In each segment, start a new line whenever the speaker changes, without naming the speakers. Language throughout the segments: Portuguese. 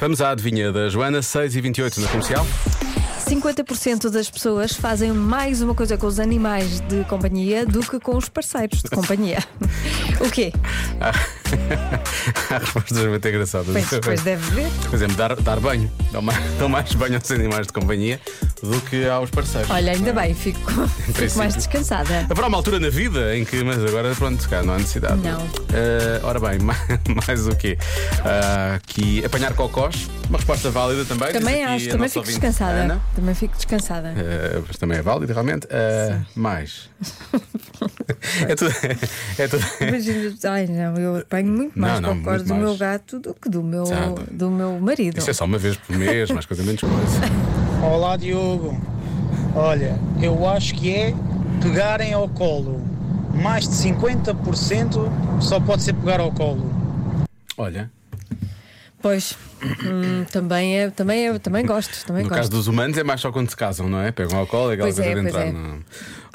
Vamos à adivinha da Joana, 6 e 28 na comercial.
50% das pessoas fazem mais uma coisa com os animais de companhia do que com os parceiros de companhia. o quê?
Ah, Há respostas é muito engraçadas.
Pois, pois deve ver.
Por exemplo, é, dar, dar banho. Dão mais, dão mais banho aos animais de companhia do que aos parceiros.
Olha, ainda bem, fico, fico mais
princípio.
descansada.
Haverá uma altura na vida em que, mas agora pronto, cá não há necessidade.
Não.
Eh, ora bem, ma- mais, o quê? Ah, que apanhar cocós, uma resposta válida também. diz
Também
aqui
acho,
a
também
nossa
fico
ouvinte,
descansada.
Ana.
Também fico descansada.
Eh, mas também é válido, realmente. Eh, mais. é tudo. É tudo.
Mas, ai não, eu apanho muito
Não,
mais
não,
cocós
muito
do meu
mais.
gato do que do meu,
Exato.
do meu marido.
Isso é só uma vez por mês, mais coisa, menos coisa.
Olá Diogo. Olha, eu acho que é pegarem ao colo. Mais de 50% só pode ser pegar ao colo.
Olha,
Pois, hum, também, é, também, é, também gosto, também
no
gosto.
caso dos humanos é mais só quando se casam, não é? Pegam álcool e aquela
Pois
coisa
é,
de
pois
entrar.
é.
na-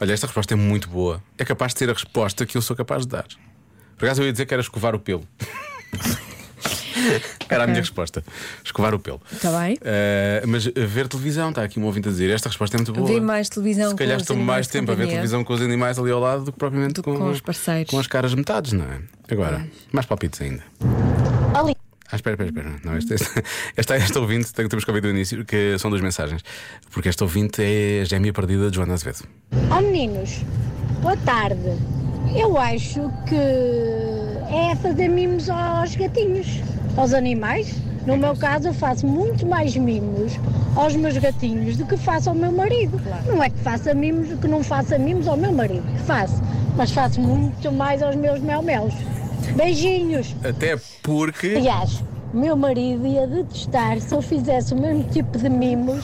Olha, esta resposta é muito boa. É capaz de ser a resposta que eu sou capaz de dar. Por acaso eu ia dizer que era escovar o pelo. Era a minha resposta. Escovar o pelo.
Tá bem.
Eh, mas eh, ver televisão, está aqui um ouvinte a dizer. Esta resposta é muito boa.
Vi mais televisão
Se
com
calhar
os
estou
animais
mais
de
tempo a ver
companhia.
televisão com os animais ali ao lado do que propriamente
Do que com os parceiros.
Com as caras metades, não é? Agora, mais palpites ainda.
Ali.
Ah, espera, espera, espera. Não, esta, esta, esta, esta ouvinte, tenho- temos que ouvir do início, que são duas mensagens. Porque esta ouvinte é a gêmea perdida de Joana Azevedo.
Oh meninos, boa tarde. Eu acho que é fazer mimos aos gatinhos, aos animais. No meu caso, eu faço muito mais mimos aos meus gatinhos do que faço ao meu marido. Não é que faça mimos, que não faça mimos ao meu marido, que faço, mas faço muito mais aos meus mel-melos. Beijinhos!
Até porque.
Aliás, o meu marido ia detestar se eu fizesse o mesmo tipo de mimos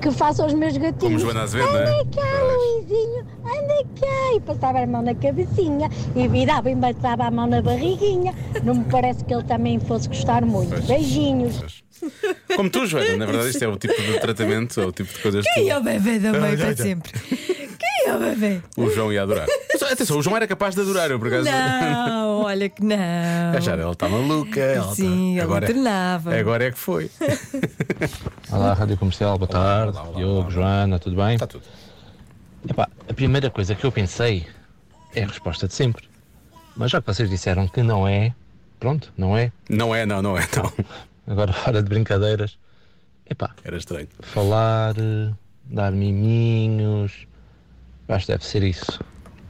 que faço aos meus
Como
gatinhos.
Joana Azevedo, não
anda
é?
cá, Luizinho, anda cá. E passava a mão na cabecinha e virava e matava a mão na barriguinha. Não me parece que ele também fosse gostar muito.
Pois.
Beijinhos.
Como tu, Joana, na verdade, isto é o tipo de tratamento, ou o tipo de coisas que
Quem é o bebê da
Ai,
mãe
ai, ai.
para sempre? Quem é o bebê?
o João ia adorar. Mas, atenção, o João era capaz de adorar, eu por acaso.
Não, olha que não.
A Jara, ela está maluca. Ela
Sim,
tá...
ele
agora,
alternava.
agora é que foi.
Olá, Rádio Comercial, boa tarde.
olá, olá,
Diogo,
olá.
Joana, tudo bem?
Está tudo.
Epá, a primeira coisa que eu pensei é a resposta de sempre. Mas já que vocês disseram que não é, pronto, não é.
Não é, não, não é, não.
Agora fora de brincadeiras. Epá,
Era estranho.
falar, eh, dar miminhos. Acho que deve ser isso.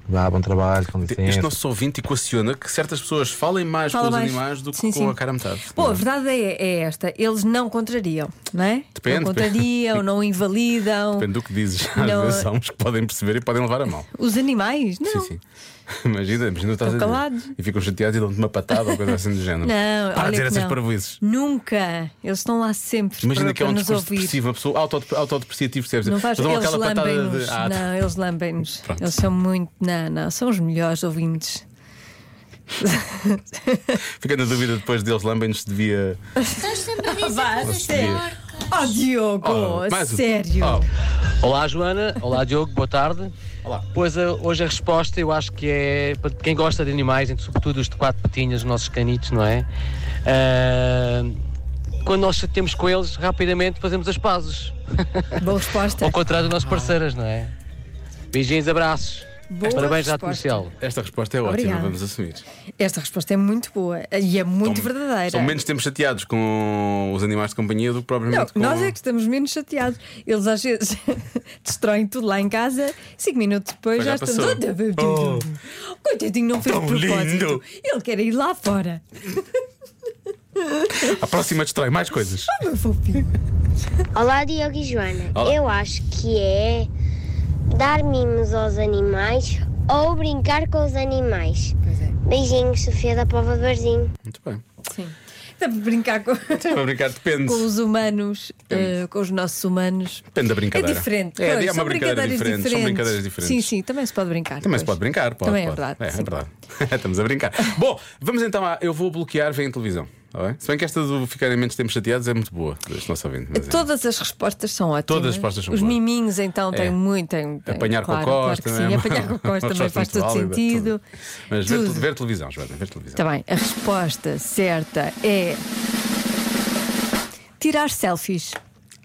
Vá, bom trabalho, com
Este
licença.
nosso ouvinte equaciona que certas pessoas falem mais
Fala
com os
mais.
animais do que
Sim,
com
sim.
a cara a metade.
Bom, a
Não é?
verdade é, é esta: eles não contrariam, não é?
Depende.
Não contrariam, não invalidam.
Depende do que dizes. Às
Não.
vezes há uns que podem perceber e podem levar a mal.
Os animais? Não.
Sim, sim. Imagina, imagina estás a dizer.
calados.
E ficam chateados e dão-te uma patada ou coisa assim do género.
Não,
Para
olha
dizer
que
essas
não.
parvoices.
Nunca. Eles estão lá sempre
Imagina
para,
que é um
para nos
discurso
ouvir.
depressivo, uma pessoa autode- autodepreciativa, percebes?
Não faz,
Mas dão
eles
aquela patada
lambem-nos.
de. Ah,
não, eles lambem-nos.
Pronto.
Eles são muito. Não, não, são os melhores ouvintes.
fica na dúvida depois deles lambem-nos se devia.
Estás sempre a dizer
Vá,
coisas
sério.
porcas.
Oh, Diogo,
Oh,
a
mais um.
sério.
Oh.
Olá Joana, olá Diogo, boa tarde.
Olá.
Pois a- hoje a resposta eu acho que é para quem gosta de animais, entre sobretudo os de quatro patinhas, os nossos canitos, não é? Ah, quando nós temos com eles, rapidamente fazemos as pazes.
Boa resposta.
Oh.
Ao contrário dos nossos parceiros, não é? Beijinhos, abraços.
Boa
Parabéns à
resposta.
comercial.
Esta resposta é ótima,
Obrigada.
vamos assumir.
Esta resposta é muito boa e é muito
São-
verdadeira.
São menos tempos chateados com os animais de companhia do que propriamente
Não,
com.
nós é que estamos menos chateados. Eles às vezes destroem tudo lá em casa, cinco minutos depois
Pois
já,
já
estamos.
passou. Oh.
Coitadinho, não fez
Tão
propósito.
lindo.
Ele quer ir lá fora.
A próxima destrói mais coisas.
Meu fofinho.
Olá, Diogo e Joana.
Olá.
Eu acho que é dar mimos aos animais ou brincar com os animais. Beijinhos, Sofia da Pova do Barzinho.
Muito bem.
é, Sim. Está a brincar com,
Para brincar, depende.
com os humanos, eh, com os nossos humanos.
Depende da
É
brincadeira.
diferente.
É,
Pois,
é uma
são
brincadeira
brincadeiras
diferente. São brincadeiras diferentes.
Sim, sim, também se pode brincar.
Também se
pois.
pode brincar, pode.
Também é
pode.
verdade,
É,
sim.
verdade. Estamos a brincar. Bom, vamos então a. Eu vou bloquear, vem em televisão. Está bem? Se bem que esta do ficarem menos tempos chateados é muito boa, deste nosso ouvinte. mas é.
Todas as respostas são ótimas.
Todas as respostas são
Os
boas.
miminhos, então,
É.
têm muito. Têm, têm,
Apanhar
claro,
com a
claro
costa.
que
não é?
sim, apanhar com a
Uma
costa também
resposta
faz
muito
todo
válida,
sentido.
tudo. Mas ver,
Tudo. Então. Tá
ver televisão, Joana, ver televisão.
Está bem, a resposta certa é. Tirar selfies.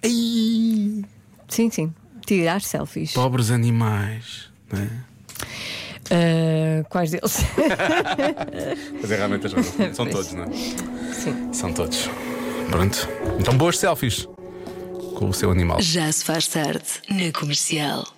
Ai,
Sim, sim. Tirar selfies.
pobres animais. não é?
Ah, quais deles?
Mas é realmente as razões. São
Pois.
todos, não é?
sim.
São todos. Pronto. Então boas selfies com o seu animal.
Já se faz tarde na comercial.